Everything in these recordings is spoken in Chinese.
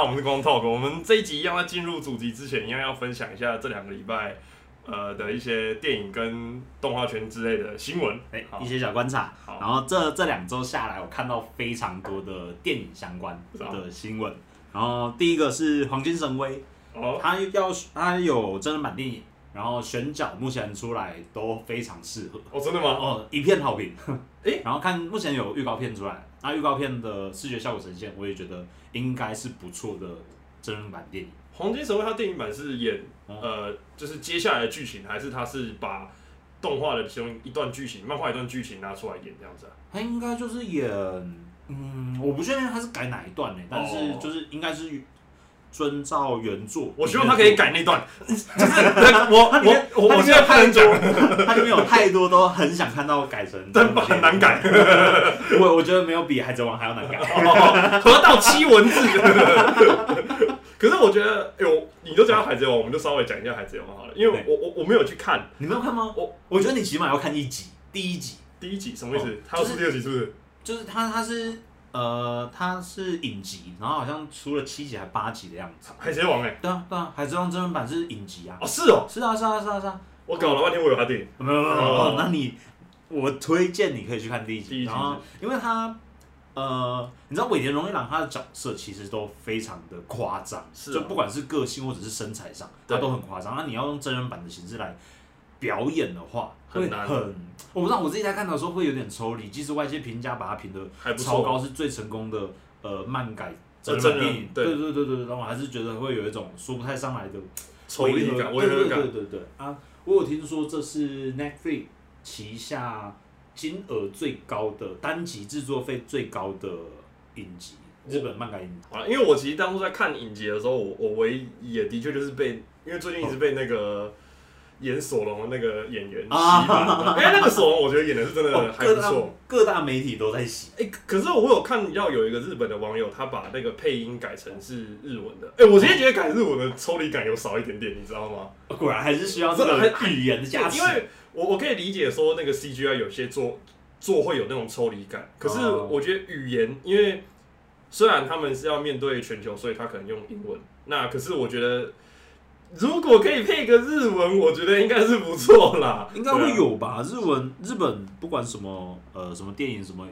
我们是光 talk，我们这一集一样在进入主题之前，一样要分享一下这两个礼拜呃的一些电影跟动画圈之类的新闻。哎、好一些小观察。好然后这这两周下来，我看到非常多的电影相关是啊的新闻。然后第一个是《黄金神威》，哦，它要它有真人版电影，然后选角目前出来都非常适合，哦，真的吗？哦，一片好评。诶 然后看目前有预告片出来，那预告片的视觉效果呈现，我也觉得应该是不错的真人版电影。黄金神威它电影版是演嗯呃，就是接下来的剧情，还是它是把动画的其中一段剧情、漫画一段剧情拿出来演这样子啊？他应该就是演，嗯，我不确定他是改哪一段呢、但是哦就是应该是遵照原作。我希望他可以改那 段，就是我它里面。我我我现在不能讲，讲，它里面有太多都很想看到改成 真的很难改。我我觉得没有比《海贼王》还要难 改。哦，河道七文字。 可是我觉得，哎呦，你都讲到海贼王，我们就稍微讲一下海贼王好了，因为对我我我没有去看你没有看吗？我我觉得你起码要看一集，第一集第一集，什么意哦思？他要出第二集是不是？就是它，它是呃，它是影集，然后好像出了七集还八集的样子。海贼王哎，对啊，对啊，《海贼王》真人版是影集啊。哦是哦，是啊，是啊，是啊，是啊。我搞了半天我有他电影，没有没有没有没哦有，那你我推荐你可以去看第一集，第一集然后因为他呃，你知道尾田荣一郎他的角色其实都非常的夸张，是啊就不管是个性或者是身材上，他对都很夸张。那你要用真人版的形式来表演的话，很会难很，我不知道我自己在看的时候会有点抽离，即使外界评价把它评的还不超错。高，是最成功的呃漫改。呃真人真版人电影，对对对对对，对然后我还是觉得会有一种说不太上来的抽离感、违对和对感对，对对啊！我有听说这是 Netflix 旗下金额最高的单集制作费最高的影集，日本漫改影集。好了，因为我其实当初在看影集的时候，我我唯一也的确就是被，因为最近一直被那个演索隆的那个演员洗 版，因为哎那个索隆我觉得演的是真的哦还各不大错。各大媒体都在洗，哎、可是我有看到有一个日本的网友，他把那个配音改成是日文的。哎、我直接觉得改日文的抽离感有少一点点，你知道吗？哦果然还是需要这这个语言的加持。因为我我可以理解说那个 CGI 有些做做会有那种抽离感，可是哦我觉得语言，因为虽然他们是要面对全球，所以他可能用英文。那可是我觉得，如果可以配个日文，我觉得应该是不错啦。啊应该会有吧？日文日本不管什么呃什么电影什么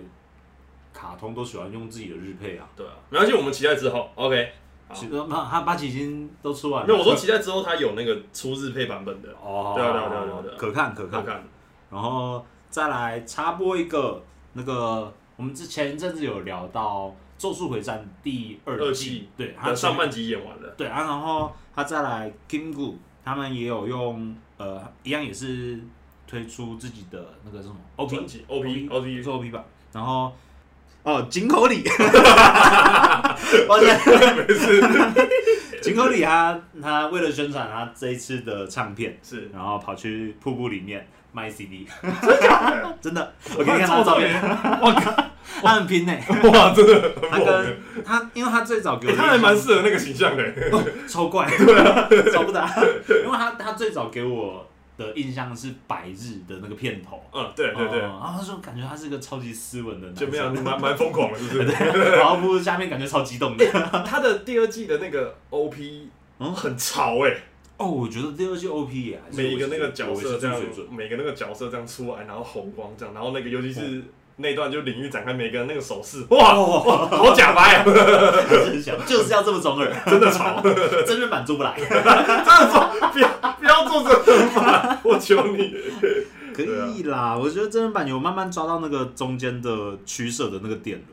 卡通都喜欢用自己的日配啊。对啊，对啊没关系，我们期待之后。OK，好其实那他八集已经都出完了。没有我说期待之后，他有那个出日配版本的，哦，对啊对啊对啊对啊对啊可看可看。看看。然后再来插播一个那个，我们之前一阵子有聊到《咒术回战》第二季，二季对，它那上前面半集演完了，对啊，然后他再来 Kingu，他们也有用呃，一样也是推出自己的那个是什么 OP 专辑 OP OP 是 OP 吧，然后哦井口 里，抱歉，没事，井口里他他为了宣传他这一次的唱片，是然后跑去瀑布里面卖 CD，我真的，我给你看他的照片。，我靠，他很拼呢、哇，真的很他猛欸，跟他，因为他最早给我欸的他印还象、蛮啊适合那个形象的，超怪，找不到，因为他他最早给我的印象是百日的那个片头，嗯，对对对，哦然后说感觉他是个超级斯文的男就生，没有蛮蛮疯狂的，是不是？然后不下面感觉超激动的。 他的第二季的那个 OP 啊嗯很潮哎，哦，我觉得第二季 OP 也还是每一个我那个角我维色这持住样水准，，每个那个角色这样出来，然后红光这样，然后那个尤其哦是那段就领域展开，每个人那个手势，哇哇，好假白啊， 还是很想， 就是要这么中二，真的 潮，真真人版做不来，的潮，不要不要做这种吧， 我求你。可以啦，我觉得真人版有慢慢抓到那个中间的取舍的那个点了。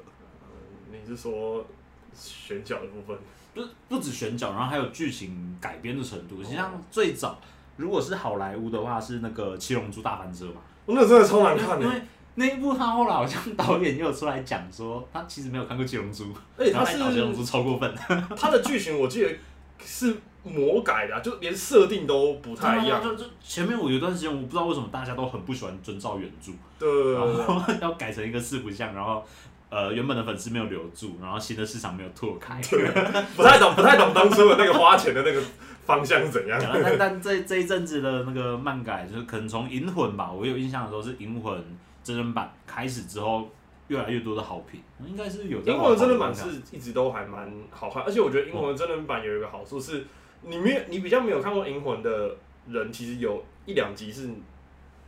你是说选角的部分？不不止选角，然后还有剧情改编的程度。像最早，如果是好莱坞的话，是那个《七龙珠大翻车》嘛，我那真的超难看因的，为那一部他后来好像导演又有出来讲说，他其实没有看过《七 龙珠》，而且然后它哎他导七龙是珠超过分，它的剧情，我记得是魔改的啊、就连设定都不太一样。就就前面我有一段时间，我不知道为什么大家都很不喜欢遵照原著，对，然 后 要改成一个四不像，然后呃原本的粉丝没有留住，然后新的市场没有拓开。不太懂，不太懂当初的那个花钱的那个方向是怎样。然后啊但但这这一阵子的那个漫改，就是可能从《银魂》吧，我有印象的时候是《银魂》真人版开始之后，越来越多的好评，应该是有在英往好文的真方向。人版是一直都还蛮好看，而且我觉得英文真人版有一个好处是，你没有你比较没有看过《银魂》的人，其实有一两集是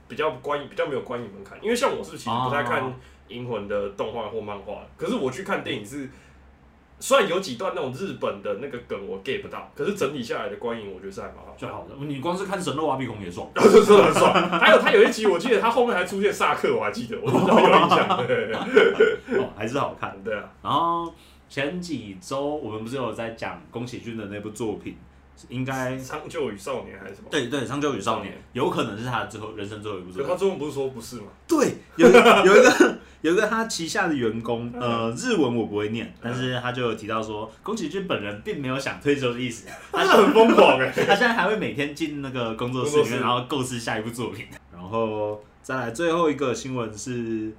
比较关比较没有观影门槛，因为像我是其实不太看《哦银魂》的动画或漫画，可是我去看电影是。虽然有几段那种日本的那个梗我 get 不到，可是整体下来的观影我觉得是还蛮好最好的，你光是看《神肉挖鼻孔》也爽。然后就真的 很爽。还有他有一集，我记得他后面还出现萨克，我还记得，我知道有印象。 对对哦，还是好看。对对啊，然后前几周我们不是有在讲宫崎骏的那部作品，应该长久与少年还是什么？对对《苍穹与少年》有可能是他的最后人生最后一部可作他品。中文不是说不是吗？对，有一个有一个有一个他旗下的员工，呃，嗯日文我不会念，但是他就有提到说，宫崎骏本人并没有想退休的意思，他是很疯狂哎、他现在还会每天进那个工作室里面，然后构思下一部作品。然后再来最后一个新闻是《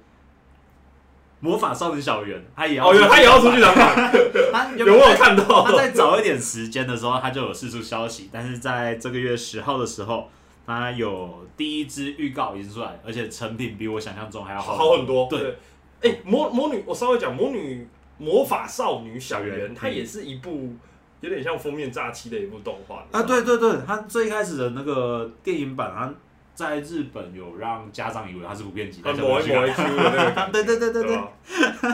魔法少女小圆》，他也要哦，原来他也要出剧场版，他有我有看到他。在早一点时间的时候，他就有释出消息，但是在这个月十号的时候，他有第一支预告已经出来，而且成品比我想象中还要好。好很多。对，哎、魔魔女，我稍微讲魔女魔法少女小圆，嗯它也是一部有点像封面炸欺的一部动画啊，对，对对，他最开始的那个电影版，他在日本有让家长以为他是普遍级，很但是某我一去某看一 Q 的那个 感觉，对对对对对吧，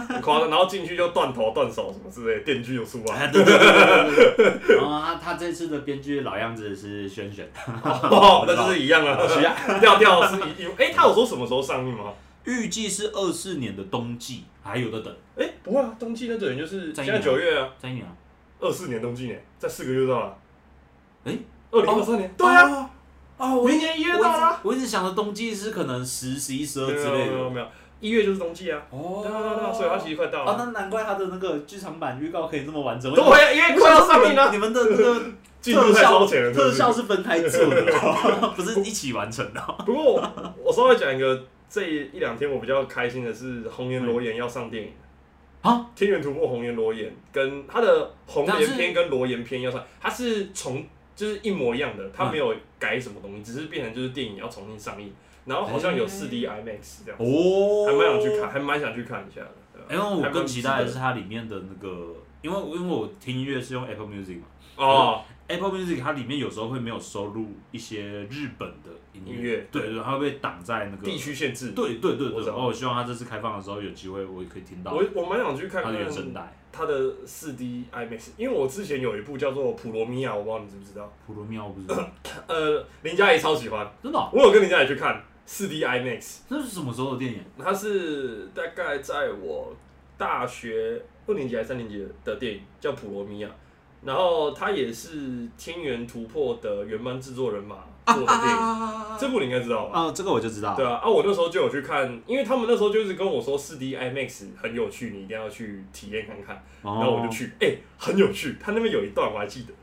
很夸张。然后进去就断头断手什么之类的，电锯有出啊来。哎 对对对对对 对。然后哦他他这次的编剧老样子是轩轩， 哦，那就是一样了。是啊 调调是一，哎、他有说什么时候上映吗？预计是二四年的冬季，还有的等，哎、不会啊，冬季那等于就是在现在一年九月啊，再一年啊。二四年冬季呢，在四个月就到了。哎二零二三年，对啊，哦，哦我明年一月到我一啦直。我一直想着冬季是可能十、十一、十二没之有类没有的。没有，一月就是冬季啊。哦啊对啊对啊对啊，所以它其实快到哦，了。那难怪他的那个剧场版预告可以这么完整。对啊，因为快要上映了，你们的那个进度特太超效前了，特效是是分开做 的，不是一起完成的。不是。不过我我稍微讲一个，这一两天我比较开心的是，《红颜罗颜》要上电影。啊！ 《天元突破》《红颜罗颜》跟它的红那颜是篇跟罗颜篇要上，它是重就是一模一样的，它没有改什么东西，只是变成就是电影要重新上映，然后好像有哎四 D IMAX 这样，哦还蛮想去看，。还蛮想去看一下的。对啊哎因为我更期还待蛮的值是它里面的那个，因为因为我听音乐是用 Apple Music 嘛得哦， ，Apple Music 它里面有时候会没有收录一些日本的音音乐对对，它会被挡在那个地区限制。对对对我对，知道哦，我希望他这次开放的时候有机会，我也可以听到我我蛮想去看他看的原声带它的四 D IMAX，因为我之前有一部叫做《普罗米亚》，我不知道你知不知 道。 《普罗米奥》， 不知道，呃，林佳怡超喜欢，真的哦、我有跟林佳怡去看四 D IMAX，那是什么时候的电影？它是大概在我大学二年级还是三年级的电影，叫《普罗米亚》，然后它也是《天元突破》的原班制作人马做的电影，啊这部你应该知道吧？啊，这个我就知道。对啊，啊，我那时候就有去看，因为他们那时候就是跟我说四 D IMAX 很有趣，你一定要去体验看看。然然后我就，去，哎、很有趣。他那边有一段我还记得，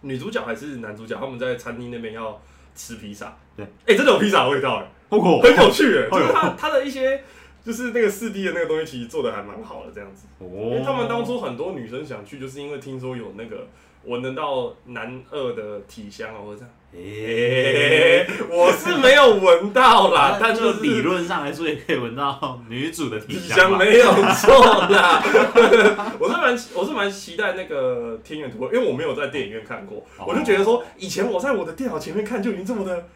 女主角还是男主角，他们在餐厅那边要吃披萨，对哎、真的有披萨的味道，哎，哦吼很有趣，哎，哎就呦是他他的一些就是那个四 D 的那个东西，其实做的还蛮好的这样子。因为哦他们当初很多女生想去，就是因为听说有那个闻得到男二的体香哦，我这样，诶，我是没有闻到啦哎 那，但就啊就是啊理论上来说，也可以闻到女主的体体香香吧。没有错啦， 我是蛮我是蛮期待那个《天元突破》，因为我没有在电影院看过，哦我就觉得说，以前我在我的电脑前面看就已经这么的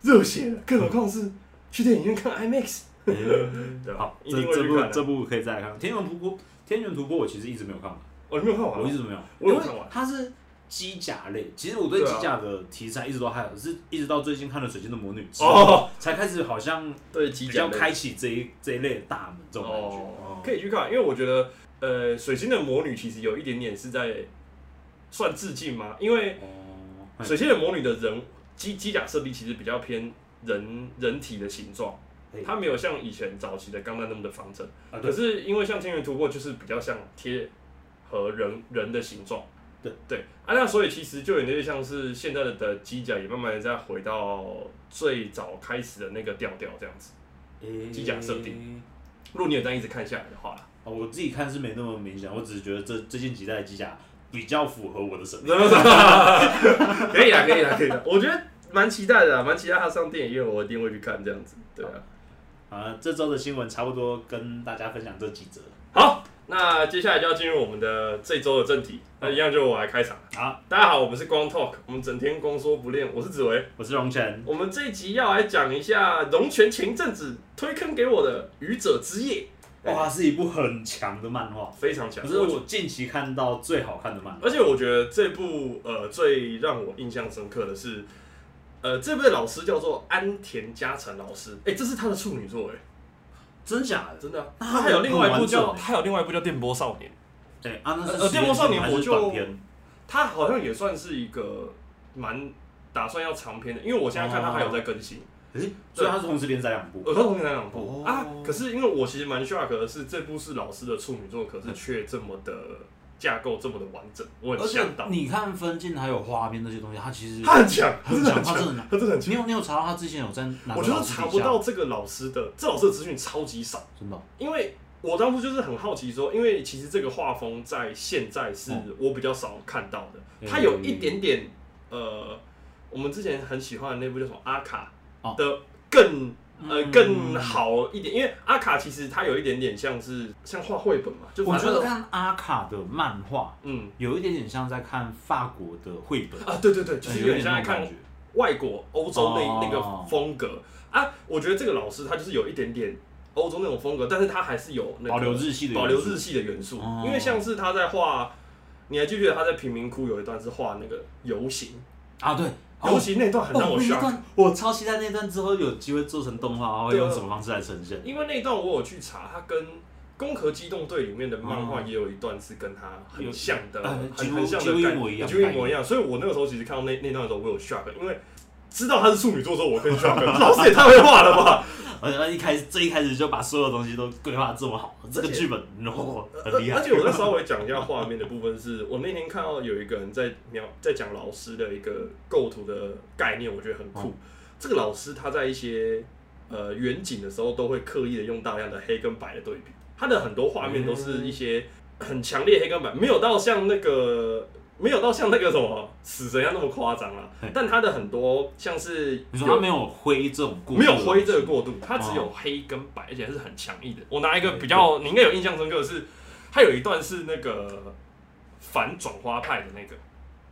热血了，更何况是去电影院看 IMAX，诶对吧嗯哎啊好，一这定会这去看部的。这部可以再来看《天元突破》。《天元突破》我其实一直没有看完，哦，你没有看完我一吗？直没有，我有因为看完它是机甲类。其实我对对啊机甲的题材一直都还有，是一直到最近看了《水晶的魔女》之后，哦，才开始好像对，即比较开启这一这一类的大门这种感觉。哦哦，可以去看，因为我觉得，呃，水星的魔女其实有一点点是在算致敬嘛，因为哦哎水星的魔女的人机机甲设定其实比较偏人人体的形状哎。它没有像以前早期的钢弹那么的方正，啊可对，是因为像天元突破就是比较像贴和人人的形状，对对啊，那所以其实就有点像是现在的的机甲也慢慢的在回到最早开始的那个调调这样子。诶机甲设定。如果你有这样一直看下来的话啦，哎 哦，我自己看是没那么明显，我只是觉得这最近几代的机甲比较符合我的审美。可以啦，可以啦，可以啦，我觉得蛮期待的啦，蛮期待他上电影院，我一定会去看这样子。对啊，好了，呃这周的新闻差不多跟大家分享这几则。好，那接下来就要进入我们的这周的正题，那一样就我来开场。好，大家好，我们是光 Talk，我们整天光说不练，我是紫薇。我是龙晨，我们这一集要来讲一下龙泉前阵子推坑给我的《愚者之夜》，哇，是一部很强的漫画，非常强。可是我觉我近期看到最好看的漫画。而且我觉得这部呃最让我印象深刻的是，呃，这位老师叫做安田嘉诚老师，哎、这是他的处女作哎、真假的？真的啊、那他他还有另外一部很叫完整欸他有另外一部叫《电波少年》，对啊，那是呃呃实电验波少年还是我就短片他好像也算是一个蛮打算要长篇的，因为我现在看他还有在更新，诶，所以它是同时连载两部。耳朵同学两部、哦啊。可是因为我其实蛮 shock 的是，这部是老师的处女作，可是却这么的架构这么的完整，我而很且吓到。你看分镜还有画面那些东西，它其实他很强，很真的强，它强，真的很他真的很强。你有你有查到他之前有在哪个我觉得老师查底不下到，这个老师的，这老师的资讯超级少，真的哦因为我当初就是很好奇说，因为其实这个画风在现在是我比较少看到的，嗯它有一点点呃，我们之前很喜欢的那部叫什么阿卡哦的更。呃，嗯更好一点，因为阿卡其实它有一点点像是像画绘本嘛，就我反觉正得看阿卡的漫画嗯有一点点像在看法国的绘本，啊，对对对，就是有点点像那在种感看觉。外国欧洲那、哦那个风格啊，我觉得这个老师他就是有一点点欧洲那种风格，但是他还是有、那个保留日系的元素保留日系的元素，哦因为像是他在画，你还记不记得他在贫民窟有一段是画那个游行，啊，对，游行那段很让哦我那 shock，、一段我超期待那段之后有机会做成动画，然后对啊用什么方式来呈现？因为那一段我有去查，他跟《攻壳机动队》里面的漫画哦也有一段是跟他很像的，呃很几乎很像的几乎一感模一样几乎一模一样。所以我那个时候其实看到那那段的时候，我有 shock，因为知道他是处女座之后，我更 shock，老师也太会画了吧！而且他呃一开始最一开始就把所有东西都规划得这么好，这个剧本哦很厉害。呃而且我再稍微讲一下画面的部分是，我那天看到有一个人在描在讲老师的一个构图的概念，我觉得很嗯酷。这个老师他在一些呃远景的时候，都会刻意的用大量的黑跟白的对比，他的很多画面都是一嗯些很强烈黑跟白，没有到像那个。没有到像那个什么死神一样那么夸张啊，但他的很多像是你说有他没有灰这种故，没有灰这个过渡，它只有黑跟白，而且是很强哦硬的。我拿一个比较你应该有印象深刻的是，它有一段是那个反转花派的那个。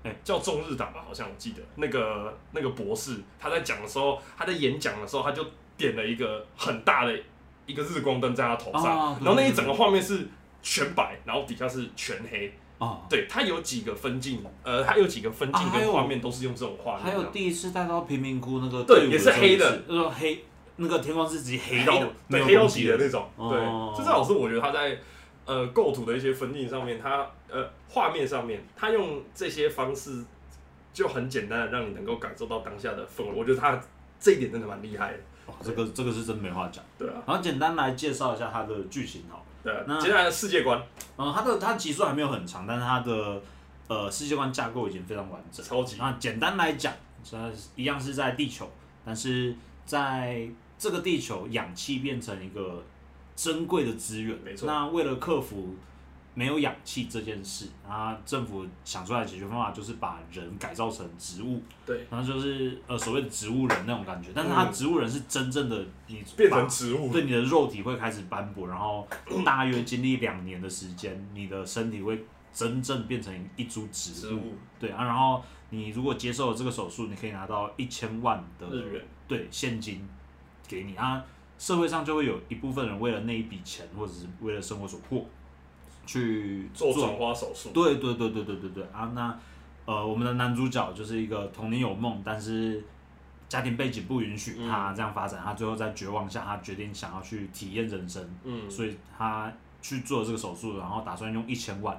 哎叫中日党吧，好像我记得那个那个博士他在讲的时候，他在演讲的时候，他就点了一个很大的一个日光灯在他头上，啊对然后那一对对整个画面是全白，然后底下是全黑。啊。对，他有几个分镜，呃，他有几个分镜啊还跟有画面都是用这种画面的。还有第一次带到贫民窟那个对队伍也是黑的时候也是，那个黑那个天光是直接黑到黑的，没对，有黑到东西底的那种。哦对，就这老师，我觉得他在呃构图的一些分镜上面，他呃画面上面，他用这些方式就很简单的让你能够感受到当下的氛围。我觉得他这一点真的蛮厉害的。哇这个这个是真没话讲。对啊，然后简单来介绍一下它的剧情好了，对啊那接下来的世界观嗯，它的它集数还没有很长，但是它的呃世界观架构已经非常完整。超级那简单来讲，这一样是在地球，但是在这个地球，氧气变成一个珍贵的资源。没错那为了克服没有氧气这件事，啊，政府想出来的解决方法就是把人改造成植物，对，然后就是呃所谓的植物人那种感觉。但是它嗯植物人是真正的你变把成植物，对你的肉体会开始斑驳，然后大约经历两年的时间，你的身体会真正变成一株植物。植物对啊，然后你如果接受了这个手术，你可以拿到一千万的日元对现金给你啊。社会上就会有一部分人为了那一笔钱，或者是为了生活所迫，去做转化手术。对对对对对对对啊！那呃，我们的男主角就是一个童年有梦，但是家庭背景不允许嗯他这样发展，他最后在绝望下，他决定想要去体验人生，嗯，所以他去做这个手术，然后打算用一千万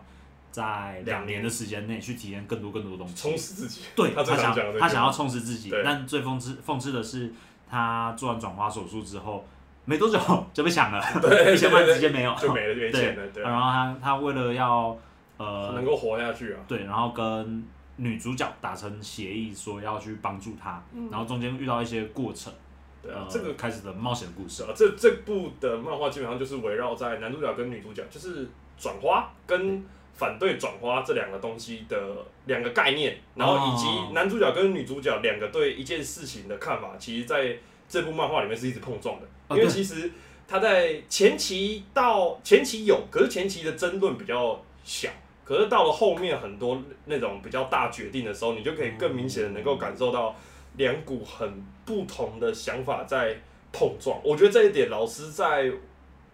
在两年的时间内去体验更多更多的东西，充实自 己。对他他最常讲的这想个他想要充实自己对，但最讽刺讽刺的是，他做完转化手术之后没多久就被抢了，对 一千万对对直接没有，就没了，就没钱了，对然，后他他为了要呃能够活下去啊，对，然后跟女主角达成协议，说要去帮助她，然后中间遇到一些过程，对啊呃，，这个开始的冒险故是。事啊，这这部的漫画基本上就是围绕在男主角跟女主角，就是转化跟反对转化这两个东西的两个概念，然后以及哦男主角跟女主角两个对一件事情的看法，其实在这部漫画里面是一直碰撞的，啊因为对其实他在前期到前期有，可是前期的争论比较小。可是到了后面很多那种比较大决定的时候，你就可以更明显的能够感受到两股很不同的想法在碰撞。我觉得这一点老师在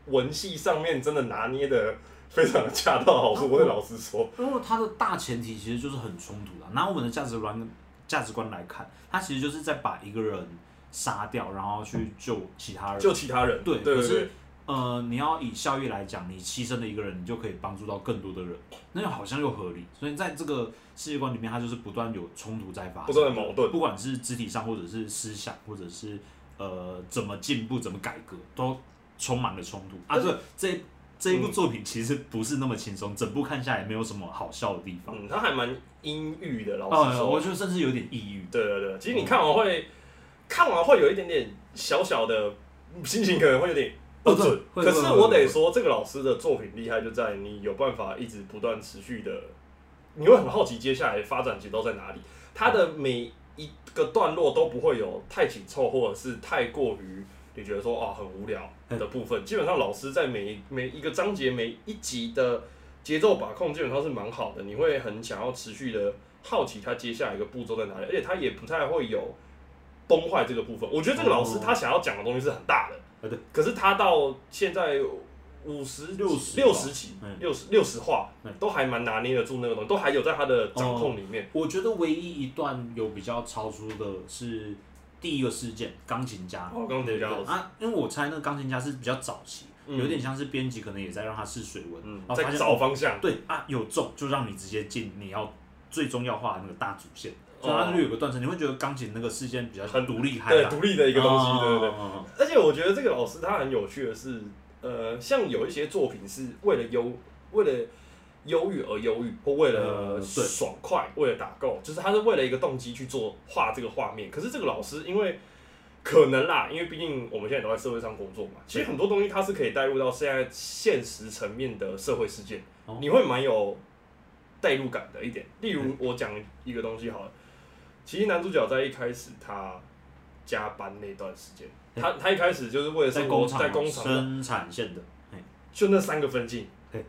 文戏上面真的拿捏的非常的恰到好处。我跟老师说，因为它的大前提其实就是很冲突的。拿我们的价值观价值观来看，它其实就是在把一个人杀掉，然后去救其他 人。就其他人，对，对可对对是呃，你要以效益来讲，你牺牲了一个人，你就可以帮助到更多的人，那又好像又合理。所以在这个世界观里面，它就是不断有冲突在发生，不断的矛盾不管是肢体上，或者是思想，或者是呃怎么进步、怎么改革，都充满了冲突啊。对，嗯这这一部作品其实不是那么轻松，整部看下来没有什么好笑的地方。嗯，他还蛮阴郁的，老师呃，说，我觉得甚至有点抑郁。对对对，其实你看完会、看完会有一点点小小的心情，可能会有点不准。哦对会可是会我会得会说，这个老师的作品厉害就在你有办法一直不断持续的，你会很好奇接下来发展节奏在哪里。他的每一个段落都不会有太紧凑，或者是太过于你觉得说啊很无聊嗯的部分。基本上老师在每一每一个章节每一集的节奏把控基本上是蛮好的，你会很想要持续的好奇他接下来一个步骤在哪里，而且他也不太会有崩坏这个部分。我觉得这个老师哦他想要讲的东西是很大的，啊对，可是他到现在五十60六十集嗯六十六十话嗯哦都还蛮拿捏得住那个东西，都还有在他的掌控里面。我觉得唯一一段有比较超出的是第一个事件，钢琴家。哦钢琴家对啊，因为我猜那个钢琴家是比较早期，嗯有点像是编辑可能也在让他试水温，嗯然，后在发现找哦方向，对啊有中就让你直接进你要最终要画的那个大主线，哦所以它就有个断层，你会觉得钢琴那个事件比较很独立开对朗独立的一个东西，对对对。哦而且我觉得这个老师他很有趣的是，呃，像有一些作品是为了忧为了忧郁而忧郁，或为了呃对爽快，为了打够，就是他是为了一个动机去做画这个画面。可是这个老师因为可能啦，因为毕竟我们现在都在社会上工作嘛，其实很多东西它是可以带入到现在现实层面的社会事件，哦你会蛮有代入感的一点。例如我讲一个东西好了，其实男主角在一开始他加班那段时间，他他一开始就是为了在生工活厂在工厂生产线的，嘿就那三个分镜对，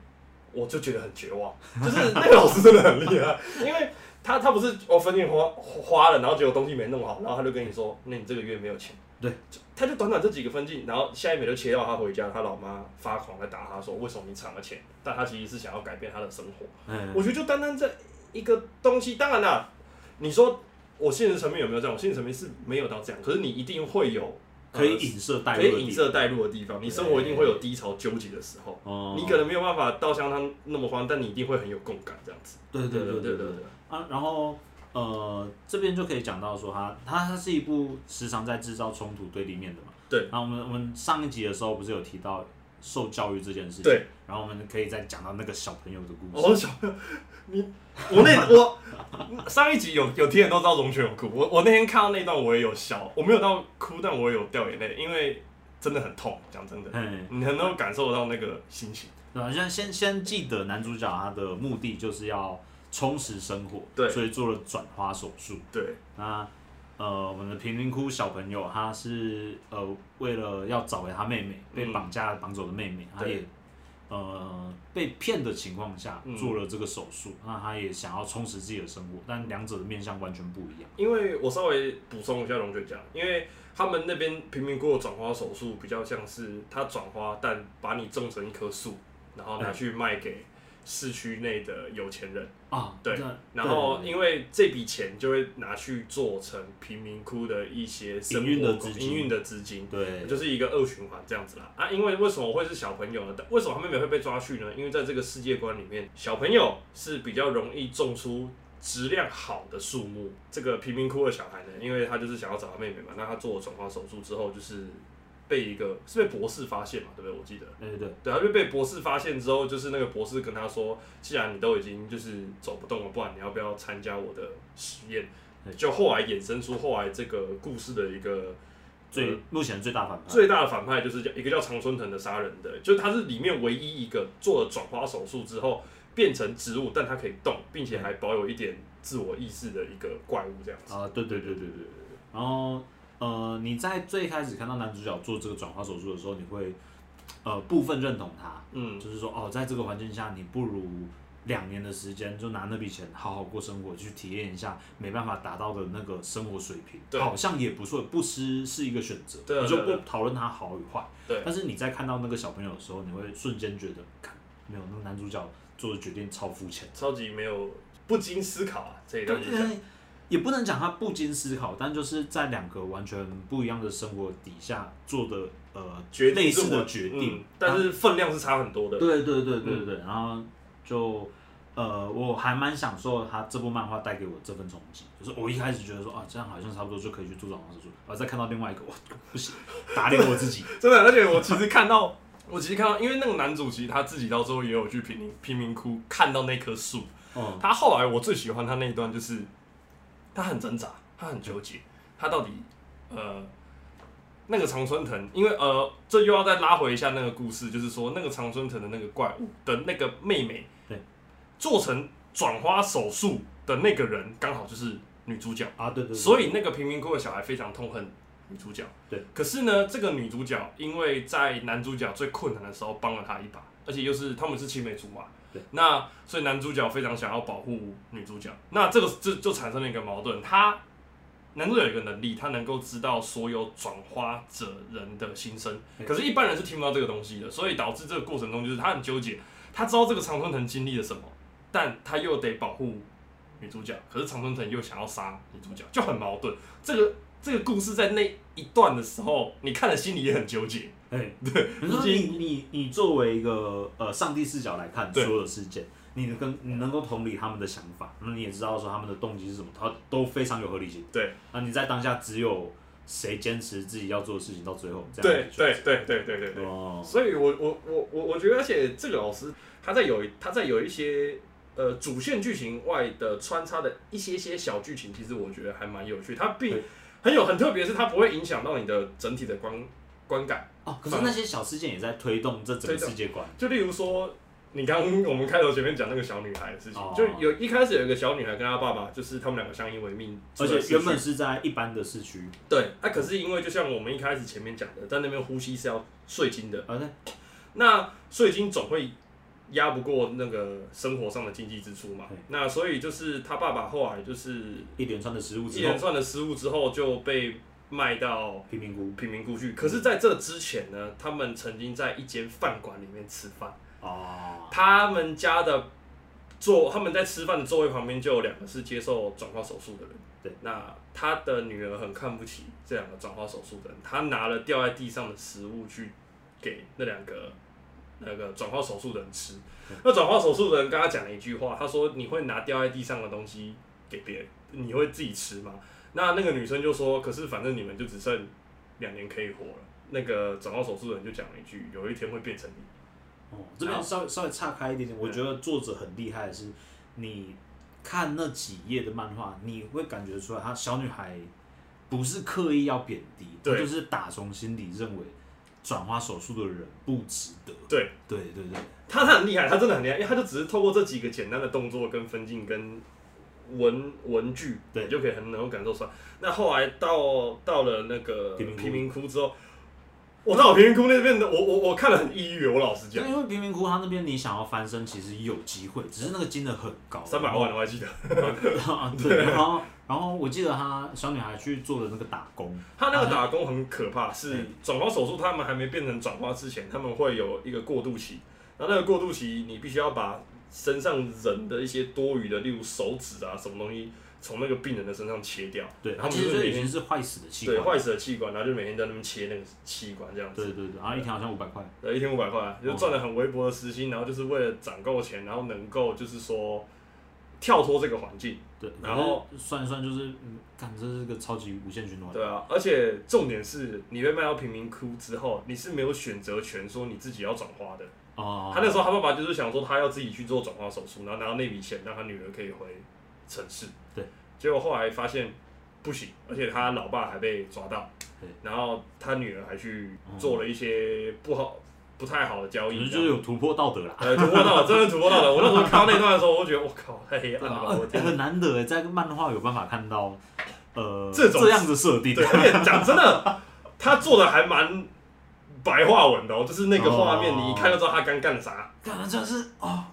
我就觉得很绝望。就是那个老师真的很厉 害，因为他他不是哦分镜花花了，然后结果东西没弄好，然后他就跟你说，那你这个月没有钱。对就，他就短短这几个分镜，然后下一秒就切到他回家，他老妈发狂在打他说，为什么你藏了钱？但他其实是想要改变他的生活。嗯，我觉得就单单这一个东西，当然啦，你说我现实层面有没有这样？我现实层面是没有到这样，可是你一定会有可呃以影射带可入以的影地方，射带入的地方，你生活一定会有低潮纠结的时候。哦你可能没有办法到像他那么慌，但你一定会很有共感这样子。对对对对对对对。啊，然后呃，这边就可以讲到说它，它它是一部时常在制造冲突对立面的嘛。对。然后我们我们上一集的时候不是有提到受教育这件事情？对。哦然后我们可以再讲到那个小朋友的故事。我小朋友，你我那我上一集有有听人都知道容雪有哭，我我那天看到那段我也有笑，我没有到哭，但我也有掉眼泪，因为真的很痛，讲真的，嗯，你很能感受到那个心情。对啊，先先先记得男主角他的目的就是要充实生活，对所以做了转化手术。对，那呃，我们的贫民窟小朋友，他是呃为了要找回他妹妹，被绑架绑走的妹妹，嗯他对也呃被骗的情况下嗯做了这个手术，那他也想要充实自己的生活，但两者的面向完全不一样。因为我稍微补充一下龙卷讲，因为他们那边贫民窟的转化手术比较像是他转化，但把你种成一棵树，然后拿去卖给市区内的有钱人。啊，对那，然后对因为这笔钱就会拿去做成贫民窟的一些生活营运的资金营运的资金，对就是一个恶循环这样子啦。啊，因为为什么会是小朋友呢？但为什么他妹妹会被抓去呢？因为在这个世界观里面，小朋友是比较容易种出。质量好的树木，这个贫民窟的小孩呢，因为他就是想要找他妹妹嘛，那他做了转化手术之后，就是被一个是被博士发现嘛，对不对？我记得，对对对，他就被博士发现之后，就是那个博士跟他说，既然你都已经就是走不动了，不然你要不要参加我的实验？就后来衍生出后来这个故事的一个最呃目前最大反派，最大的反派就是叫一个叫长春藤的杀人的，就是他是里面唯一一个做了转化手术之后变成植物，但它可以动，并且还保有一点自我意识的一个怪物这样子。啊，对对对对对对对。然后呃，你在最开始看到男主角做这个转化手术的时候，你会呃部分认同他，嗯就是说哦，在这个环境下，你不如两年的时间就拿那笔钱好好过生活，去体验一下没办法达到的那个生活水对平，好像也不错，不失是一个选择。对啊我就对不啊讨论他好与坏。对但是你在看到那个小朋友的时候，你会瞬间觉得，看没有，那个男主角做的决定超肤浅。超级没有不经思考啊，这一段就对，讲呃也不能讲他不经思考，但就是在两个完全不一样的生活底下做的呃决定类是似我的决定啊嗯，但是嗯分量是差很多的。对对对对对，然后就呃，我还蛮享受他这部漫画带给我这份冲击，就是我一开始觉得说啊，这样好像差不多就可以去做转化手术，然后再看到另外一个，哇， 不行，打脸我自己，真的，而且我其实看到，我其实看到，因为那个男主其实他自己到最后也有去贫民贫民窟看到那棵树，哦，他后来我最喜欢他那一段就是，他很挣扎，他很纠结，他到底呃那个常春藤，因为呃这又要再拉回一下那个故事，就是说那个常春藤的那个怪物的那个妹妹，对，做成转花手术的那个人刚好就是女主角。啊，对对对，所以那个贫民窟的小孩非常痛恨女主角。对，可是呢，这个女主角因为在男主角最困难的时候帮了他一把，而且又是他们是青梅竹马。对，那所以男主角非常想要保护女主角，那这个这就产生了一个矛盾。他男主角有一个能力，他能够知道所有转化者人的心声，对可是，一般人是听不到这个东西的，所以导致这个过程中就是他很纠结，他知道这个常春藤经历了什么，但他又得保护女主角，可是常春藤又想要杀女主角，就很矛盾。这个这个故事在那一段的时候，你看了心里也很纠结。哎，对，你说你你你作为一个呃上帝视角来看对所有的事件，你能跟你能够同理他们的想法，那你也知道说他们的动机是什么，他都非常有合理性。对，那你在当下只有谁坚持自己要做的事情到最后，这样对子对对对对对就对。哦，所以我我我我我觉得，而且这个老师他在有他在有一些呃主线剧情外的穿插的一些些小剧情，其实我觉得还蛮有趣。它并对很有很特别，是它不会影响到你的整体的观观感。哦，可是那些小事件也在推动这整推个动世界观。就例如说，你刚刚我们开头前面讲那个小女孩的事情，哦就有一开始有一个小女孩跟她爸爸，就是他们两个相依为命，而出了且事原本情是在一般的市区，对，那、可是因为就像我们一开始前面讲的，在那边呼吸是要税金的，而且那税金总会压不过那个生活上的经济支出嘛对。那所以就是他爸爸后来就是一连串的食物一之连后，串的失误之后就被卖到贫民窟贫民窟去。可是在这之前呢，他们曾经在一间饭馆里面吃饭。哦，他们家的座，他们在吃饭的座位旁边就有两个是接受转化手术的人。对，那他的女儿很看不起这两个转化手术的人，他拿了掉在地上的食物去给那两个那个转化手术的人吃。那转化手术的人跟他讲了一句话，他说：“你会拿掉在地上的东西给别人，你会自己吃吗？”那那个女生就说：“可是反正你们就只剩两年可以活了。”那个转化手术的人就讲了一句：“有一天会变成你。”哦，这边稍微稍微岔开一点点，我觉得作者很厉害的是，你看那几页的漫画，你会感觉出来，她小女孩不是刻意要贬低，她对就是打从心底认为转化手术的人不值得。对对对对，他他很厉害，他真的很厉害，因为他就只是透过这几个简单的动作跟分镜跟文文具，对你就可以很能够感受出来。那后来到到了那个贫民窟贫民窟之后，我到贫民窟那边的，我我我看了很抑郁，我老实就讲，因为贫民窟，它那边你想要翻身，其实有机会，只是那个金额很高，三百万我还记得，啊， 对，然后然后我记得她小女孩去做的那个打工，他那个打工很可怕，是转化手术，他们还没变成转化之前，他们会有一个过渡期，然后那个过渡期你必须要把身上人的一些多余的，例如手指啊什么东西，从那个病人的身上切掉，对，他们其实就是就每已天经是坏死的器对，官，坏死的器官，然后就每天在那边切那个器官这样对子，对对，然后一天好像五百块，对，一天五百块，哦就赚了很微薄的时薪，然后就是为了攒够钱，然后能够就是说跳脱这个环境，对，然后可是算一算就是，嗯，感这是个超级无限循环，对啊，而且重点是你被卖到贫民窟之后，你是没有选择权，说你自己要转化的。哦，他那时候他爸爸就是想说他要自己去做转化手术，然后拿到那笔钱让他女儿可以回城市。对，结果后来发现不行，而且他老爸还被抓到对，然后他女儿还去做了一些不好、不太好的交可能易，就是有突破道德啦，呃突破到了，真的突破到了。我那时 候看到那段的时候，我就觉得我靠，太黑暗了吧，我呃天哪！很难得在漫画有办法看到，呃这种样子设定，对，而且讲真的，他做的还蛮白话文的哦，就是那个画面，哦你一看就知道他刚干啥。感觉就是哦，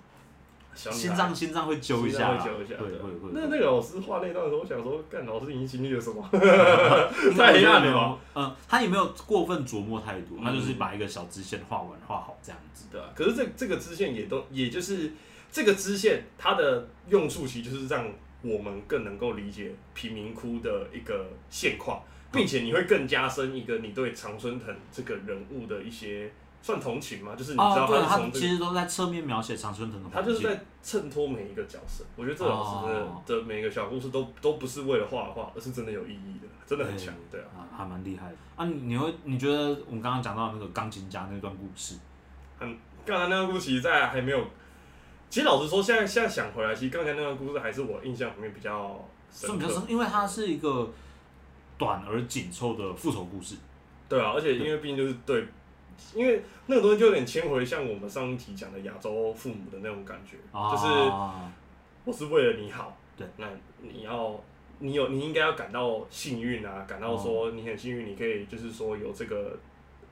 小女孩心脏心脏会揪一下啦，心脏会揪一下对对啊会会。那会那个老师画那段的时候，我想说，干老师你经历了什么？ 那太我觉黑得暗了没有吧？？嗯，他也没有过分琢磨太多，嗯他就是把一个小支线画完画好这样子。对啊，可是这这个支线也都，也就是这个支线，它的用处其实就是让我们更能够理解贫民窟的一个现况，并且你会更加深一个你对常春藤这个人物的一些算同情吗？就是你知道哦对，啊他是他从这个其实都在侧面描写常春藤的他环就是境。在衬托每一个角色。我觉得这老师真的、哦的每一个小故事都都不是为了画画，而是真的有意义的，真的很强。对啊，啊，还蛮厉害的啊！你你会你觉得我们刚刚讲到那个钢琴家那段故事，刚才那段故事其实在还没有，其实老实说，现在现在想回来，其实刚才那段故事还是我印象里面比较深算比较刻。深，因为它是一个短而紧凑的复仇故事。对啊，而且因为毕竟就是对，因为那个东西就有点牵回像我们上一题讲的亚洲父母的那种感觉，啊就是我是为了你好，对，那你要你有你应该要感到幸运啊，感到哦说你很幸运，你可以就是说有这个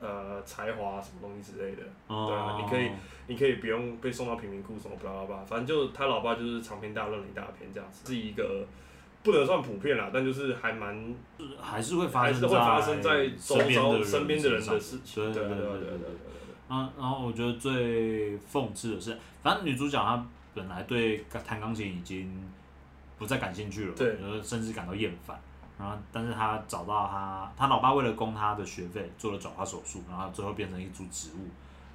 呃才华什么东西之类的，对哦啊你可以你可以不用被送到贫民窟什么巴拉巴拉，反正就他老爸就是长篇大论了一大篇这样子，是一个不能算普遍啦，但就是还蛮还是会发还生是在会发生在周身边的遭人身边的人的身上事情，对对对啊对对啊对对啊对对啊对。对嗯，然后我觉得最讽刺的是，反正女主角她本来对弹钢琴已经不再感兴趣了，对呃，甚至感到厌烦。然后，但是她找到她，她老爸为了供她的学费做了转化手术，然后最后变成一株植物。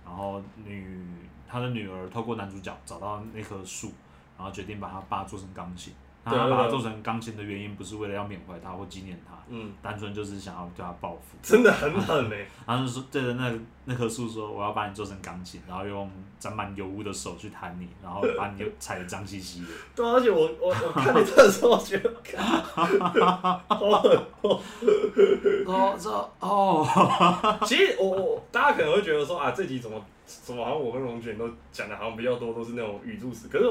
然后女她的女儿透过男主角找到那棵树，然后决定把她爸做成钢琴。那对她对把它对做成钢琴的原因不是为了要缅怀他或纪念他，嗯，单纯就是想要对他报复。真的很狠欸 呢、然后就说对着那那棵树说：“我要把你做成钢琴，然后用沾满油污的手去弹你，然后把你踩得脏兮兮的。对啊，而且我我我看你这的时候，我觉得， 干好狠哦。”我说：“哦， 其实我我大家可能会觉得说啊，这集怎么怎么好像我跟龙卷都讲的好像比较多都是那种语助词，可是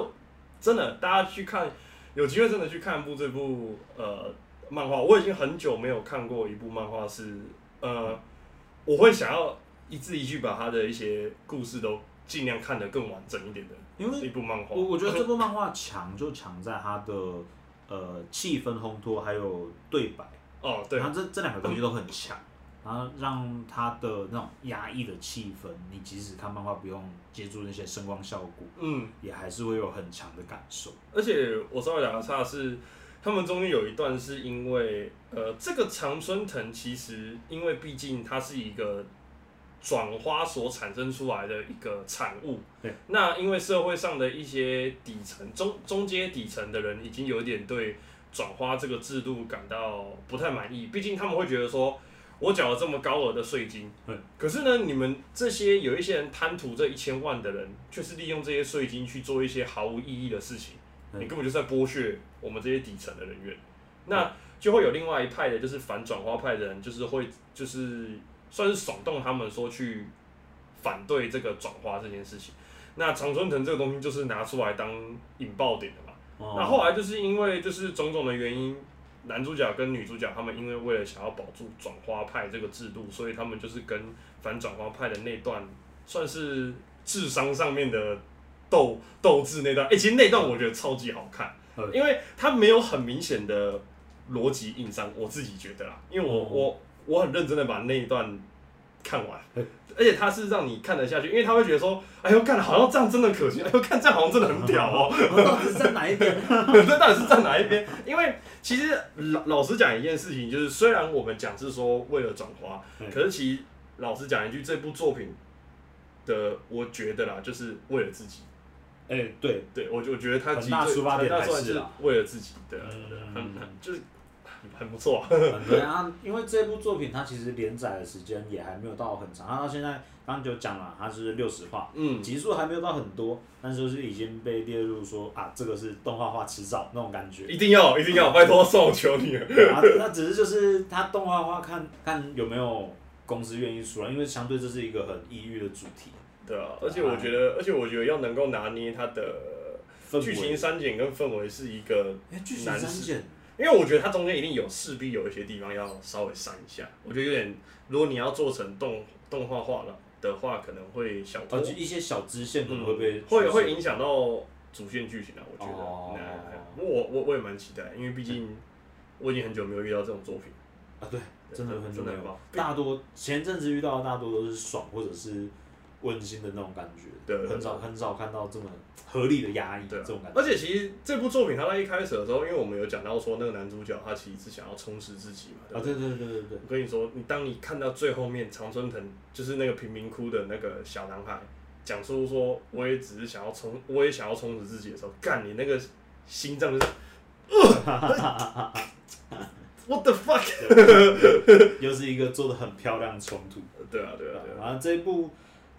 真的大家去看，有机会真的去看一部这部呃漫画，我已经很久没有看过一部漫画是呃，我会想要一字一句把它的一些故事都尽量看得更完整一点的因一为部漫画。我我觉得这部漫画强就强在它的呃气氛烘托，还有对白，哦对然，后这这两个东西都很强，然后让它的那种压抑的气氛，你即使看漫画不用接触那些声光效果，嗯，也还是会有很强的感受。而且我稍微打个岔是，他们中间有一段是因为，呃，这个常春藤其实因为毕竟它是一个转花所产生出来的一个产物，对，那因为社会上的一些底层中中阶底层的人已经有点对转花这个制度感到不太满意，毕竟他们会觉得说。我缴了这么高额的税金，对，可是呢，你们这些有一些人贪图这一千万的人，却是利用这些税金去做一些毫无意义的事情，嗯你根本就是在剥削我们这些底层的人员。那就会有另外一派的，就是反转化派的人，就是会就是算是耸动他们说去反对这个转化这件事情。那常春藤这个东西就是拿出来当引爆点的嘛。哦那后来就是因为就是种种的原因，男主角跟女主角他们因为为了想要保住转花派这个制度，所以他们就是跟反转花派的那段算是智商上面的斗斗智那段。哎、其实那段我觉得超级好看嗯，因为它没有很明显的逻辑硬伤，我自己觉得啦，因为我、哦我我很认真的把那一段看完。而且它是让你看得下去，因为他会觉得说，哎呦，看好像这样真的可行，哎呦，看这样好像真的很屌哦、我到底是在哪一边？ 这到底是站哪一边？因为其实老老实讲一件事情，就是虽然我们讲是说为了转化，对可是其实老实讲一句，这部作品的我觉得啦，就是为了自己。哎、对，对我就我觉得他很其实大最出发很点大还出发是是啦为了自己，对啊，嗯对啊很很就是很不错啊。很对啊，因为这部作品它其实连载的时间也还没有到很长，它到现在刚刚就讲了，它是六十话，嗯，集数还没有到很多，但是就是已经被列入说啊，这个是动画化迟早那种感觉。一定要一定嗯要，拜托，算我求你了。对啊，那只是就是它动画化看看有没有公司愿意出来，因为相对这是一个很抑郁的主题，对 啊，而且我觉得，而且我觉得要能够拿捏它的氛围剧情删减跟氛围是一个哎剧情难删事减，因因为我觉得它中间一定有势必有一些地方要稍微删一下，我觉得有点，如果你要做成动动画化了的话，可能会小而拖，且一些小支线可能哦嗯，会被会会影响到主线剧情啊，我觉得，哦那我我我也蛮期待，因为毕竟我已经很久没有遇到这种作品，啊，对，真的很久真的没有很棒，大多前阵子遇到的大多都是爽或者是温馨的那种感觉，对对对很少很少看到这么合理的压抑对这啊种感觉。而且其实这部作品它在一开始的时候，因为我们有讲到说那个男主角他其实是想要充实自己嘛，对啊，不对对对对对对，我跟你说，你当你看到最后面常春藤就是那个贫民窟的那个小男孩讲出说我也只是想要充，我也想要充实自己的时候，干你那个心脏就是，呃，what the fuck？又是一个做的很漂亮的冲突。 对啊，对啊，对啊，然后这一部，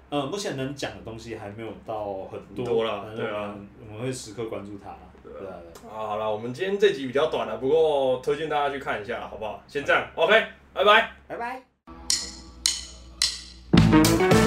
呃，目前能讲的东西还没有到很很多，多啦但是对啊我们，我们会时刻关注它啦。对啊，对啊啊好了，我们今天这集比较短了，不过推荐大家去看一下，好不好？先这样，OK，拜拜。拜拜。